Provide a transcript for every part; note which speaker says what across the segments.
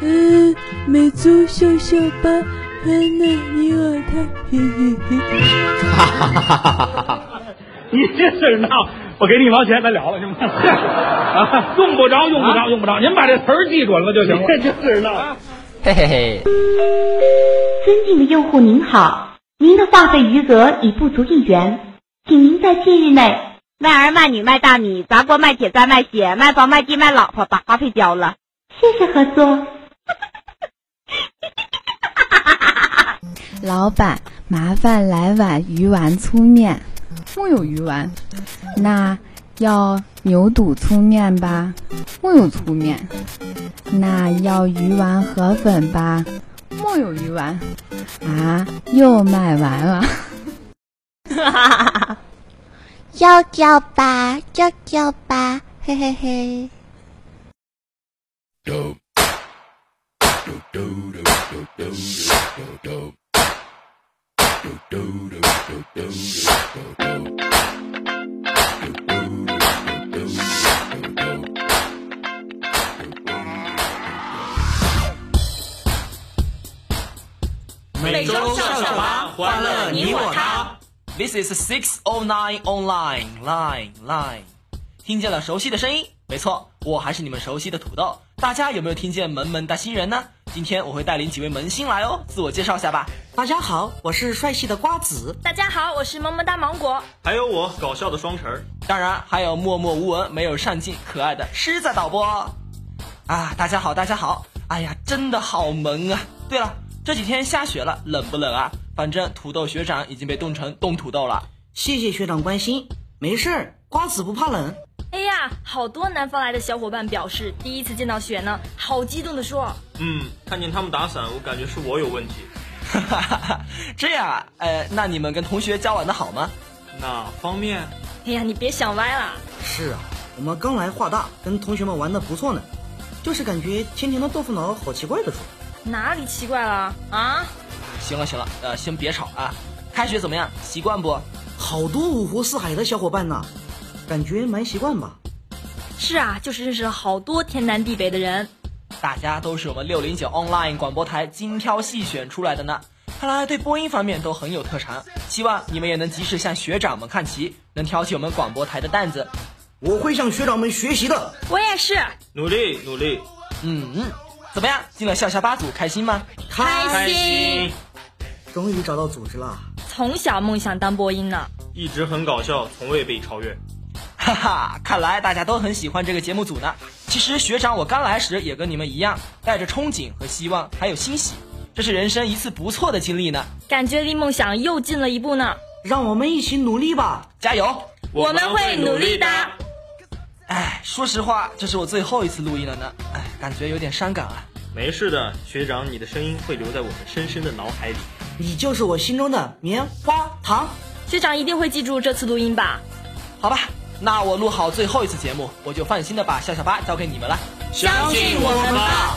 Speaker 1: 嗯，美猪秀秀吧，安娜你我他，嘿嘿嘿。
Speaker 2: 哈哈哈哈哈哈！
Speaker 3: 你这事儿闹，我给你一毛钱，咱了了行吗？ 啊，用不着，用不着，用不着，您把这词儿记准了就行了。啊
Speaker 2: 这就是闹。
Speaker 4: 嘿嘿嘿，
Speaker 5: 尊敬的用户您好，您的话费余额已不足一元，请您在近日内
Speaker 6: 卖儿卖女卖大米，砸锅卖铁再卖血，卖房卖地卖老婆，把话费交了。
Speaker 5: 谢谢合作。
Speaker 7: 老板，麻烦来碗鱼丸粗面。木有鱼丸，那要牛肚粗面吧？木有粗面，那要鱼丸河粉吧？木有鱼丸，啊，又卖完了。
Speaker 8: 叫叫吧，叫叫吧，嘿嘿嘿。
Speaker 4: 每周上上榜，
Speaker 9: 欢乐你我他。
Speaker 4: This is six o nine online line line。听见了熟悉的声音，没错，我还是你们熟悉的土豆。大家有没有听见萌萌大新人呢？今天我会带领几位萌新来哦，自我介绍一下吧。
Speaker 9: 大家好，我是帅气的瓜子。
Speaker 10: 大家好，我是萌萌哒芒果。
Speaker 11: 还有我搞笑的双晨儿，
Speaker 4: 当然还有默默无闻、没有上进、可爱的狮子导播。啊，大家好，大家好！哎呀，真的好萌啊！对了，这几天下雪了，冷不冷啊？反正土豆学长已经被冻成冻土豆了。
Speaker 9: 谢谢学长关心，没事儿，瓜子不怕冷。
Speaker 10: 哎呀，好多南方来的小伙伴表示第一次见到雪呢，好激动的说。
Speaker 11: 嗯，看见他们打伞，我感觉是我有问题。
Speaker 4: 哈哈哈， 这样啊，呃，那你们跟同学交往的好吗？
Speaker 11: 哪方面？
Speaker 10: 哎呀，你别想歪了。
Speaker 9: 是啊，我们刚来华大，跟同学们玩的不错呢，就是感觉天天的豆腐脑好奇怪的说。
Speaker 10: 哪里奇怪了啊？
Speaker 4: 行了行了，呃，先别吵啊。开学怎么样？习惯不？
Speaker 9: 好多五湖四海的小伙伴呐，感觉蛮习惯吧。
Speaker 10: 是啊，就是认识了好多天南地北的人。
Speaker 4: 大家都是我们六零九 online 广播台精挑细选出来的呢，看来对播音方面都很有特长。希望你们也能及时向学长们看齐，能挑起我们广播台的担子。
Speaker 9: 我会向学长们学习的。
Speaker 10: 我也是。
Speaker 11: 努力努力。
Speaker 4: 嗯嗯，怎么样？进了校下八组，开心吗？
Speaker 10: 开心。
Speaker 9: 终于找到组织了。
Speaker 10: 从小梦想当播音呢。
Speaker 11: 一直很搞笑，从未被超越。
Speaker 4: 哈哈，看来大家都很喜欢这个节目组呢。其实学长我刚来时也跟你们一样，带着憧憬和希望，还有欣喜，这是人生一次不错的经历呢。
Speaker 10: 感觉离梦想又近了一步呢。
Speaker 9: 让我们一起努力吧，
Speaker 4: 加油！
Speaker 10: 我们会努力的。
Speaker 4: 哎，说实话，这是我最后一次录音了呢。哎，感觉有点伤感啊。
Speaker 11: 没事的，学长，你的声音会留在我们深深的脑海里。
Speaker 9: 你就是我心中的棉花糖。
Speaker 10: 学长一定会记住这次录音吧？
Speaker 4: 好吧。那我录好最后一次节目，我就放心的把笑笑吧交给你们了。
Speaker 12: 相信我们吧。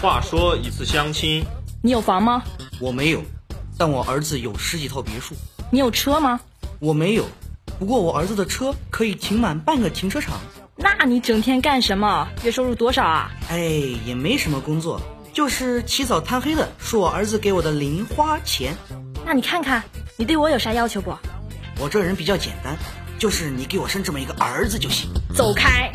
Speaker 11: 话说一次相亲，
Speaker 10: 你有房吗？
Speaker 9: 我没有，但我儿子有十几套别墅。
Speaker 10: 你有车吗？
Speaker 9: 我没有，不过我儿子的车可以停满半个停车场。
Speaker 10: 那你整天干什么？月收入多少啊？
Speaker 9: 哎，也没什么工作，就是起早贪黑的，是我儿子给我的零花钱。
Speaker 10: 那你看看，你对我有啥要求不？
Speaker 9: 我这人比较简单，就是你给我生这么一个儿子就行。
Speaker 10: 走开。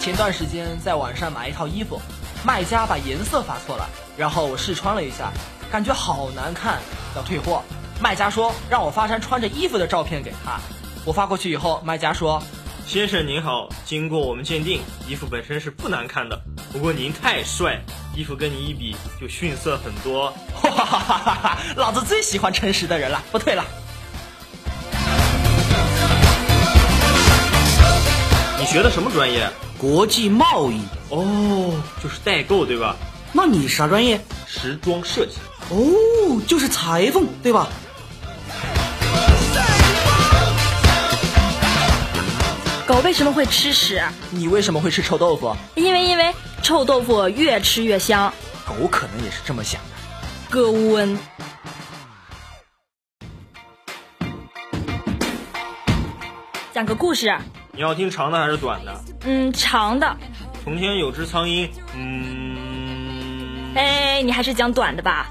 Speaker 4: 前段时间在网上买一套衣服，卖家把颜色发错了，然后我试穿了一下，感觉好难看，要退货。卖家说让我发张穿着衣服的照片给他，我发过去以后，卖家说：“
Speaker 11: 先生您好，经过我们鉴定，衣服本身是不难看的，不过您太帅，衣服跟你一比就逊色很多。
Speaker 4: 老子最喜欢诚实的人了，不退了。
Speaker 11: 你学的什么专业？
Speaker 9: 国际贸易。
Speaker 11: 哦，就是代购对吧？
Speaker 9: 那你啥专业？
Speaker 11: 时装设计。
Speaker 9: 哦，就是裁缝对吧？
Speaker 10: 狗为什么会吃屎？
Speaker 4: 你为什么会吃臭豆腐？
Speaker 10: 因为因为臭豆腐越吃越香。
Speaker 4: 狗可能也是这么想的。
Speaker 10: 各温。讲个故事，啊
Speaker 11: 你要听长的还是短的？
Speaker 10: 嗯，长的。
Speaker 11: 从前有只苍蝇，嗯，
Speaker 10: 哎，你还是讲短的吧。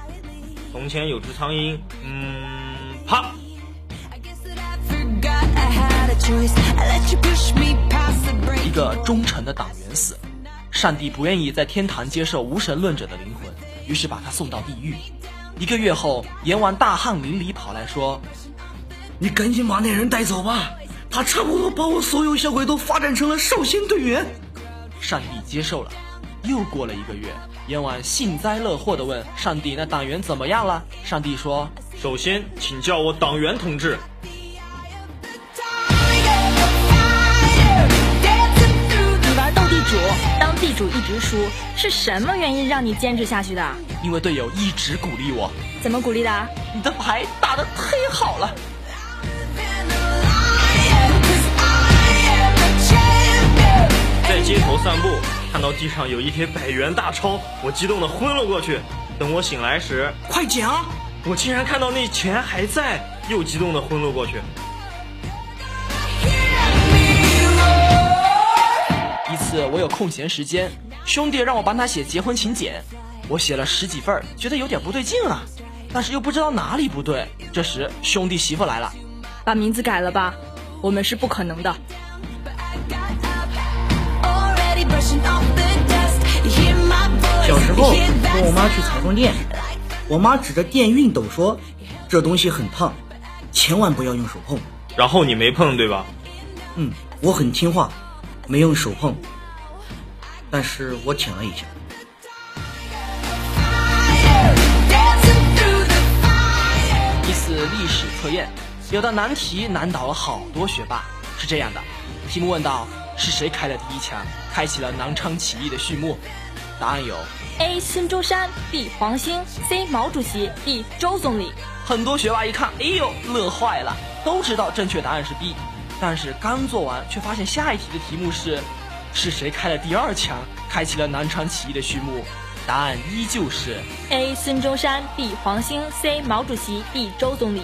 Speaker 11: 从前有只苍蝇，嗯，啪。
Speaker 4: 一个忠诚的党员死了，上帝不愿意在天堂接受无神论者的灵魂，于是把他送到地狱。一个月后，阎王大汗淋漓跑来说：“
Speaker 9: 你赶紧把那人带走吧，他差不多把我所有小鬼都发展成了少先队员。”
Speaker 4: 上帝接受了。又过了一个月，阎王幸灾乐祸地问上帝：“那党员怎么样了？”上帝说：“
Speaker 11: 首先，请叫我党员同志。”
Speaker 10: 你玩斗地主，当地主一直输，是什么原因让你坚持下去的？
Speaker 4: 因为队友一直鼓励我。
Speaker 10: 怎么鼓励的？啊
Speaker 4: 你的牌打得忒好了。
Speaker 11: 在街头散步，看到地上有一叠百元大钞，我激动的昏了过去。等我醒来时，
Speaker 9: 快讲！
Speaker 11: 我竟然看到那钱还在，又激动的昏了过去。
Speaker 4: 一次，我有空闲时间，兄弟让我帮他写结婚请柬，我写了十几份儿，觉得有点不对劲啊，但是又不知道哪里不对。这时，兄弟媳妇来了，
Speaker 10: 把名字改了吧，我们是不可能的。
Speaker 9: 小时候跟我妈去裁缝店，我妈指着电熨斗说：“这东西很烫，千万不要用手碰。”
Speaker 11: 然后你没碰对吧？
Speaker 9: 嗯，我很听话，没用手碰，但是我舔了一下。
Speaker 4: 一次历史测验，有的难题难倒了好多学霸。是这样的，题目问到是谁开了第一枪，开启了南昌起义的序幕？答案有
Speaker 10: A. 孙中山，B. 黄兴，C. 毛主席，D. 周总理。
Speaker 4: 很多学霸一看，哎呦，乐坏了，都知道正确答案是 B，但是刚做完却发现下一题的题目是是谁开了第二枪，开启了南昌起义的序幕？答案依旧是
Speaker 10: A. 孙中山，B. 黄兴，C. 毛主席，D. 周总理。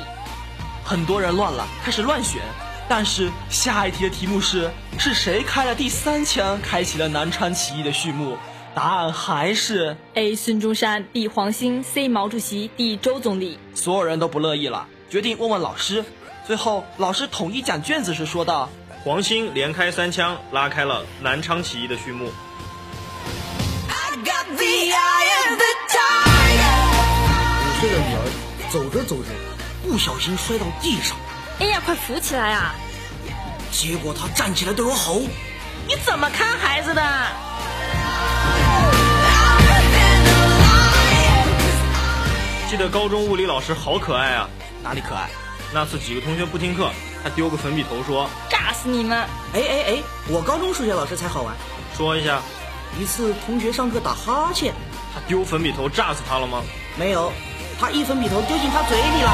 Speaker 4: 很多人乱了，开始乱选。但是下一题的题目是是谁开了第三枪，开启了南昌起义的序幕？答案还是
Speaker 10: A. 孙中山，B. 黄兴，C. 毛主席，D. 周总理。
Speaker 4: 所有人都不乐意了，决定问问老师。最后，老师统一讲卷子时说道：“
Speaker 11: 黄兴连开三枪，拉开了南昌起义的序幕。”
Speaker 9: 五岁的女儿走着走着，不小心摔到地上。
Speaker 10: 哎呀，快扶起来啊！
Speaker 9: 结果她站起来对我吼：“
Speaker 10: 你怎么看孩子的？”
Speaker 11: 记得高中物理老师好可爱啊！
Speaker 4: 哪里可爱？
Speaker 11: 那次几个同学不听课，他丢个粉笔头说：“
Speaker 10: 炸死你们！”
Speaker 9: 哎哎哎，我高中数学老师才好玩。
Speaker 11: 说一下，
Speaker 9: 一次同学上课打哈欠，
Speaker 11: 他丢粉笔头炸死他了吗？
Speaker 9: 没有，他一粉笔头丢进他嘴里了。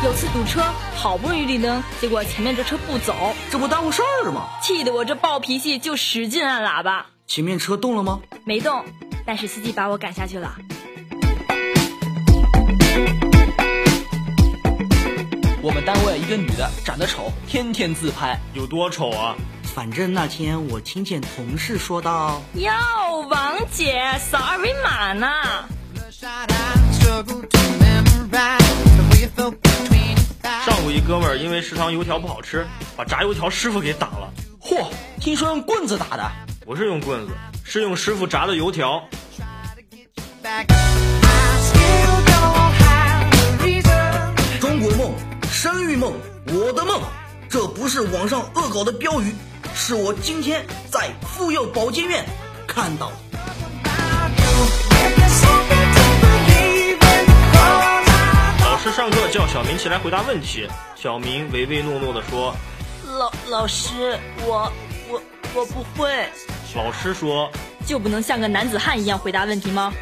Speaker 9: 哎、
Speaker 10: 有次堵车，好不容易绿灯，结果前面这车不走，
Speaker 9: 这不耽误事儿吗？
Speaker 10: 气得我这暴脾气就使劲按喇叭。
Speaker 9: 前面车动了吗？
Speaker 10: 没动，但是司机把我赶下去了。
Speaker 4: 我们单位一个女的长得丑，天天自拍，
Speaker 11: 有多丑啊？
Speaker 9: 反正那天我听见同事说道：“
Speaker 10: 哟，王姐扫二维码呢。”
Speaker 11: 上午一哥们儿因为食堂油条不好吃，把炸油条师傅给打了。
Speaker 4: 嚯，听说用棍子打的？
Speaker 11: 不是用棍子，是用师傅炸的油条。
Speaker 9: 中国梦、生育梦、我的梦，这不是网上恶搞的标语，是我今天在妇幼保健院看到的。
Speaker 11: 老师上课叫小明起来回答问题，小明唯唯诺诺地说。
Speaker 10: 老老师，我我我不会，
Speaker 11: 老师说，
Speaker 10: 就不能像个男子汉一样回答问题吗？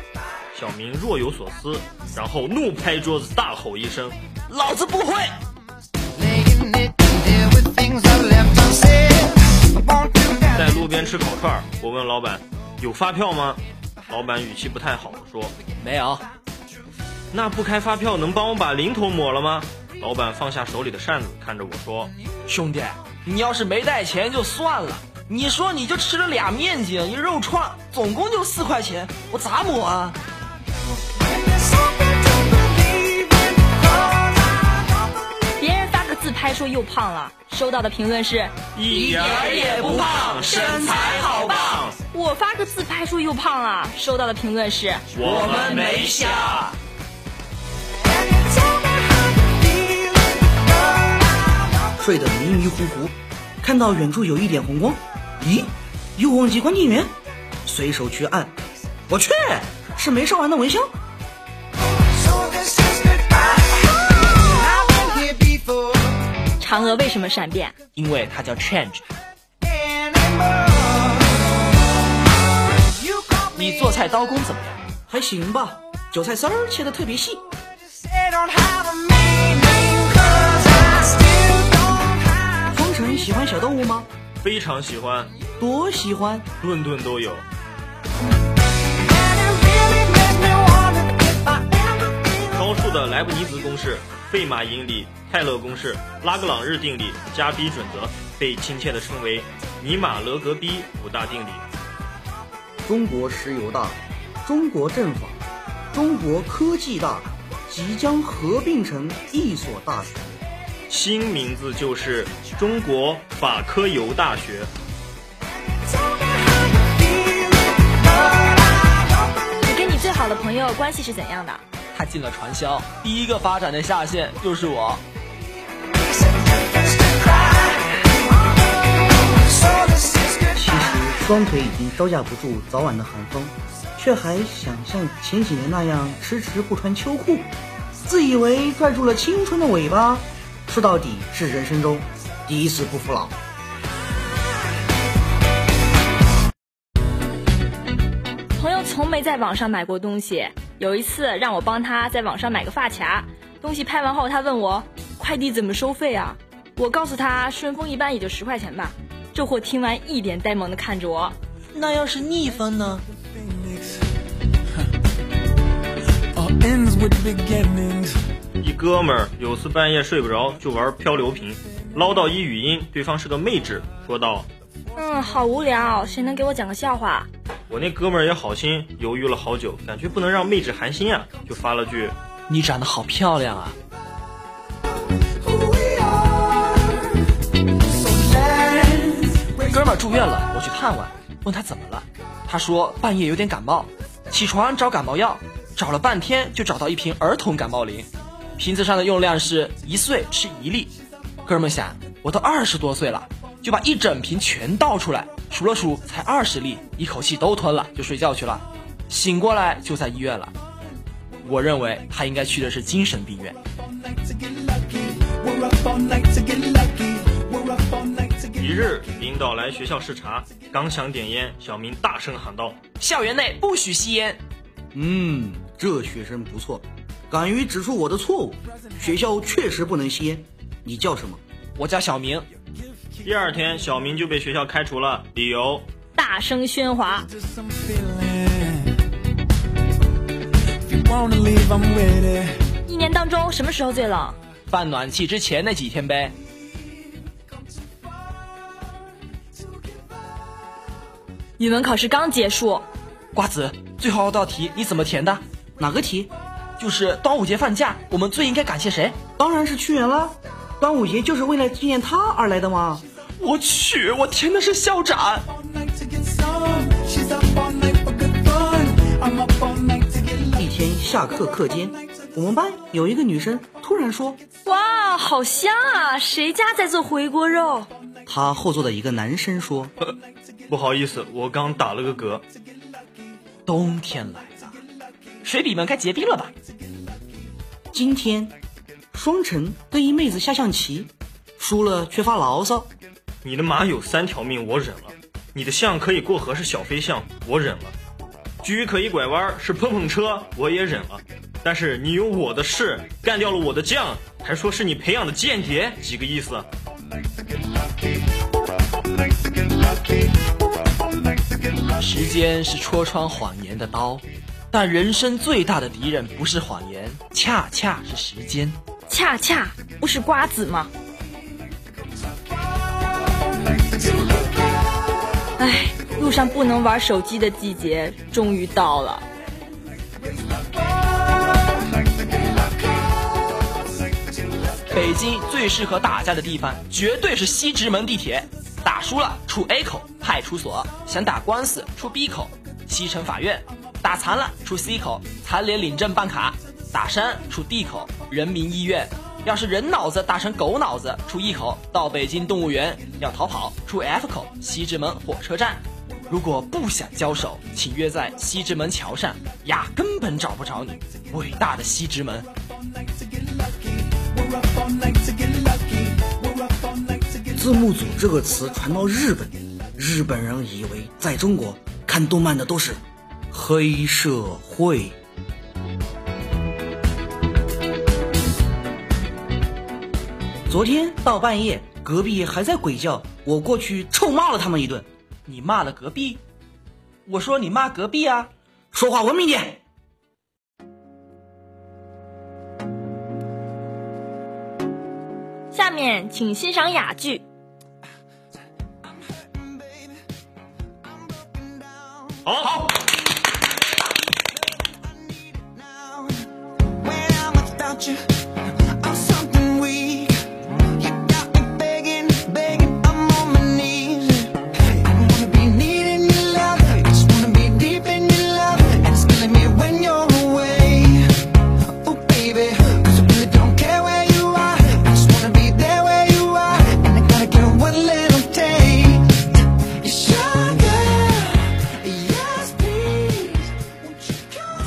Speaker 11: 小明若有所思，然后怒拍桌子大吼一声。
Speaker 4: 老子不会。
Speaker 11: 在路边吃烤串儿，我问老板有发票吗？老板语气不太好，说
Speaker 4: 没有。
Speaker 11: 那不开发票能帮我把零头抹了吗？老板放下手里的扇子，看着我说：“
Speaker 4: 兄弟，你要是没带钱就算了，你说你就吃了俩面筋，一肉串，总共就四块钱，我咋抹啊？
Speaker 10: 别人发个自拍说又胖了，收到的评论是
Speaker 11: 一点儿也不胖身材好棒。
Speaker 10: 我发个自拍说又胖了，收到的评论是
Speaker 11: 我们没
Speaker 4: 瞎。”
Speaker 9: 睡得迷迷糊糊，看到远处有一点红光，咦，又忘记关电源，随手去按，我去，是没烧完的蚊香。
Speaker 10: 嫦娥为什么善变？
Speaker 4: 因为它叫 change。你做菜刀工怎么样？
Speaker 9: 还行吧，韭菜丝儿切的特别细。风尘喜欢小动物吗？
Speaker 11: 非常喜欢，
Speaker 9: 多喜欢，
Speaker 11: 顿顿都有。高数的莱布尼兹公式、费马引理、泰勒公式、拉格朗日定理、加比准则被亲切地称为尼马勒格比五大定理。
Speaker 9: 中国石油大厂、中国政法、中国科技大厂即将合并成一所大学。
Speaker 11: 新名字就是中国法科油大学。
Speaker 10: 你跟你最好的朋友关系是怎样的？
Speaker 4: 他进了传销，第一个发展的下线就是我。
Speaker 9: 其实双腿已经招架不住早晚的寒风，却还想像前几年那样迟迟不穿秋裤，自以为拽住了青春的尾巴。说到底是人生中第一次不服老。
Speaker 10: 朋友从没在网上买过东西。有一次让我帮他在网上买个发卡，东西拍完后，他问我快递怎么收费啊？我告诉他顺丰一般也就十块钱吧。这货听完一脸呆萌的看着我，
Speaker 4: 那要是逆分呢？
Speaker 11: 一哥们儿有次半夜睡不着，就玩漂流瓶，捞到一语音，对方是个妹纸，说道
Speaker 10: 嗯，好无聊，谁能给我讲个笑话？：“
Speaker 11: 我那哥们儿也好心，犹豫了好久，感觉不能让妹纸寒心啊，就发了句
Speaker 4: 你长得好漂亮啊！哥们儿住院了，我去探望，问他怎么了，他说半夜有点感冒，起床找感冒药，找了半天就找到一瓶儿童感冒灵，瓶子上的用量是一岁吃一粒。哥们儿想，我都二十多岁了，就把一整瓶全倒出来，数了数才二十粒，一口气都吞了，就睡觉去了。醒过来就在医院了。我认为他应该去的是精神病院。
Speaker 11: 一日，领导来学校视察，刚想点烟，小明大声喊道
Speaker 4: 校园内不许吸烟。
Speaker 9: 嗯，这学生不错，敢于指出我的错误。学校确实不能吸烟。你叫什么？
Speaker 4: 我叫小明。：“
Speaker 11: 第二天，小明就被学校开除了，理由
Speaker 10: 大声喧哗。一年当中什么时候最冷？
Speaker 4: 办暖气之前那几天呗。
Speaker 10: 语文考试刚结束，
Speaker 4: 瓜子，最后一道题你怎么填的？
Speaker 9: 哪个题？
Speaker 4: 就是端午节放假，我们最应该感谢谁？
Speaker 9: 当然是屈原啦。端午节就是为了纪念他而来的嘛。
Speaker 4: 我去，我填的是校长。
Speaker 9: 一天下课课间，我们班有一个女生突然说
Speaker 10: 哇，好香啊！谁家在做回锅肉？
Speaker 9: 他后座的一个男生说：“
Speaker 11: 不好意思，我刚打了个嗝。”
Speaker 4: 冬天来了，水里面该结冰了吧？
Speaker 9: 今天，双城跟一妹子下象棋，输了却发牢骚。
Speaker 11: 你的马有三条命，我忍了；你的象可以过河是小飞象，我忍了；车可以拐弯是碰碰车，我也忍了。但是你用我的士干掉了我的将，还说是你培养的间谍，几个意思？
Speaker 4: 时间是戳穿谎言的刀，但人生最大的敌人不是谎言，恰恰是时间。
Speaker 10: 恰恰不是瓜子吗？唉，路上不能玩手机的季节终于到了。
Speaker 4: 北京最适合打架的地方，绝对是西直门地铁。打输了出 A 口派出所，想打官司出 B 口西城法院，打残了出 C 口残联领证办卡，打伤出 D 口人民医院。要是人脑子打成狗脑子，出 E 口到北京动物园；要逃跑出 F 口西直门火车站。如果不想交手，请约在西直门桥上，呀，根本找不着你。伟大的西直门。
Speaker 9: 字幕组这个词传到日本，日本人以为在中国看动漫的都是黑社会。昨天到半夜，隔壁还在鬼叫，我过去臭骂了他们一顿。
Speaker 4: 你骂了隔壁？我说你骂隔壁啊！
Speaker 9: 说话文明点。
Speaker 10: 下面请欣赏哑剧。
Speaker 11: 好。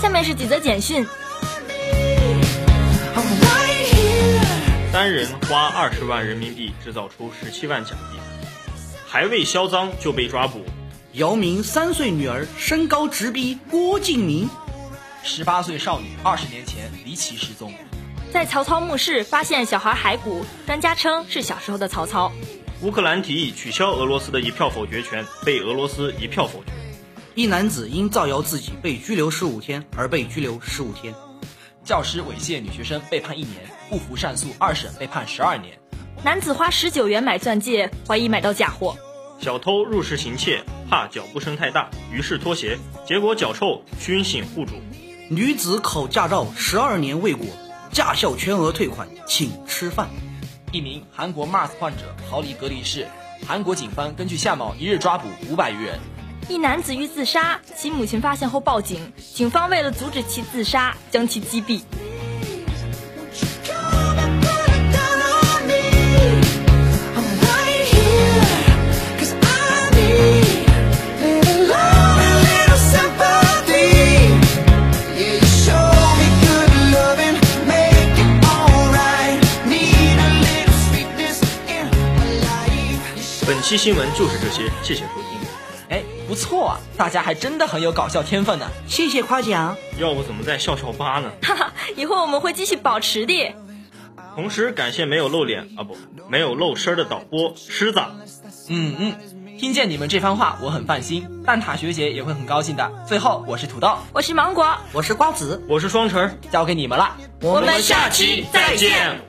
Speaker 10: 下面是几则简讯。
Speaker 11: 单人花二十万人民币制造出十七万假币，还未销赃就被抓捕。
Speaker 9: 姚明三岁女儿身高直逼郭敬明，
Speaker 4: 十八岁少女二十年前离奇失踪。
Speaker 10: 在曹操墓室发现小孩骸骨，专家称是小时候的曹操。
Speaker 11: 乌克兰提议取消俄罗斯的一票否决权，被俄罗斯一票否决。
Speaker 9: 一男子因造谣自己被拘留十五天而被拘留十五天。
Speaker 4: 教师猥亵女学生被判一年，不服上诉二审被判十二年。
Speaker 10: 男子花十九元买钻戒，怀疑买到假货。
Speaker 11: 小偷入室行窃，怕脚步声太大，于是脱鞋，结果脚臭，熏醒户主。
Speaker 9: 女子考驾照十二年未果，驾校全额退款，请吃饭。
Speaker 4: 一名韩国 MARS 患者逃离隔离室，韩国警方根据相貌一日抓捕五百余人。
Speaker 10: 一男子欲自杀，其母亲发现后报警，警方为了阻止其自杀，将其击毙。
Speaker 11: 本期新闻就是这些，谢谢收听。
Speaker 4: 哎，不错啊，大家还真的很有搞笑天分呢、
Speaker 9: 谢谢夸奖。
Speaker 11: 要不怎么在笑笑吧呢？
Speaker 10: 哈哈，以后我们会继续保持的。
Speaker 11: 同时感谢没有露脸啊不，没有露声儿的导播狮子。
Speaker 4: 嗯嗯，听见你们这番话，我很放心，蛋挞学姐也会很高兴的。最后，我是土豆，
Speaker 10: 我是芒果，
Speaker 9: 我是瓜子，
Speaker 11: 我是双唇，
Speaker 4: 交给你们了，
Speaker 12: 我们下期再见。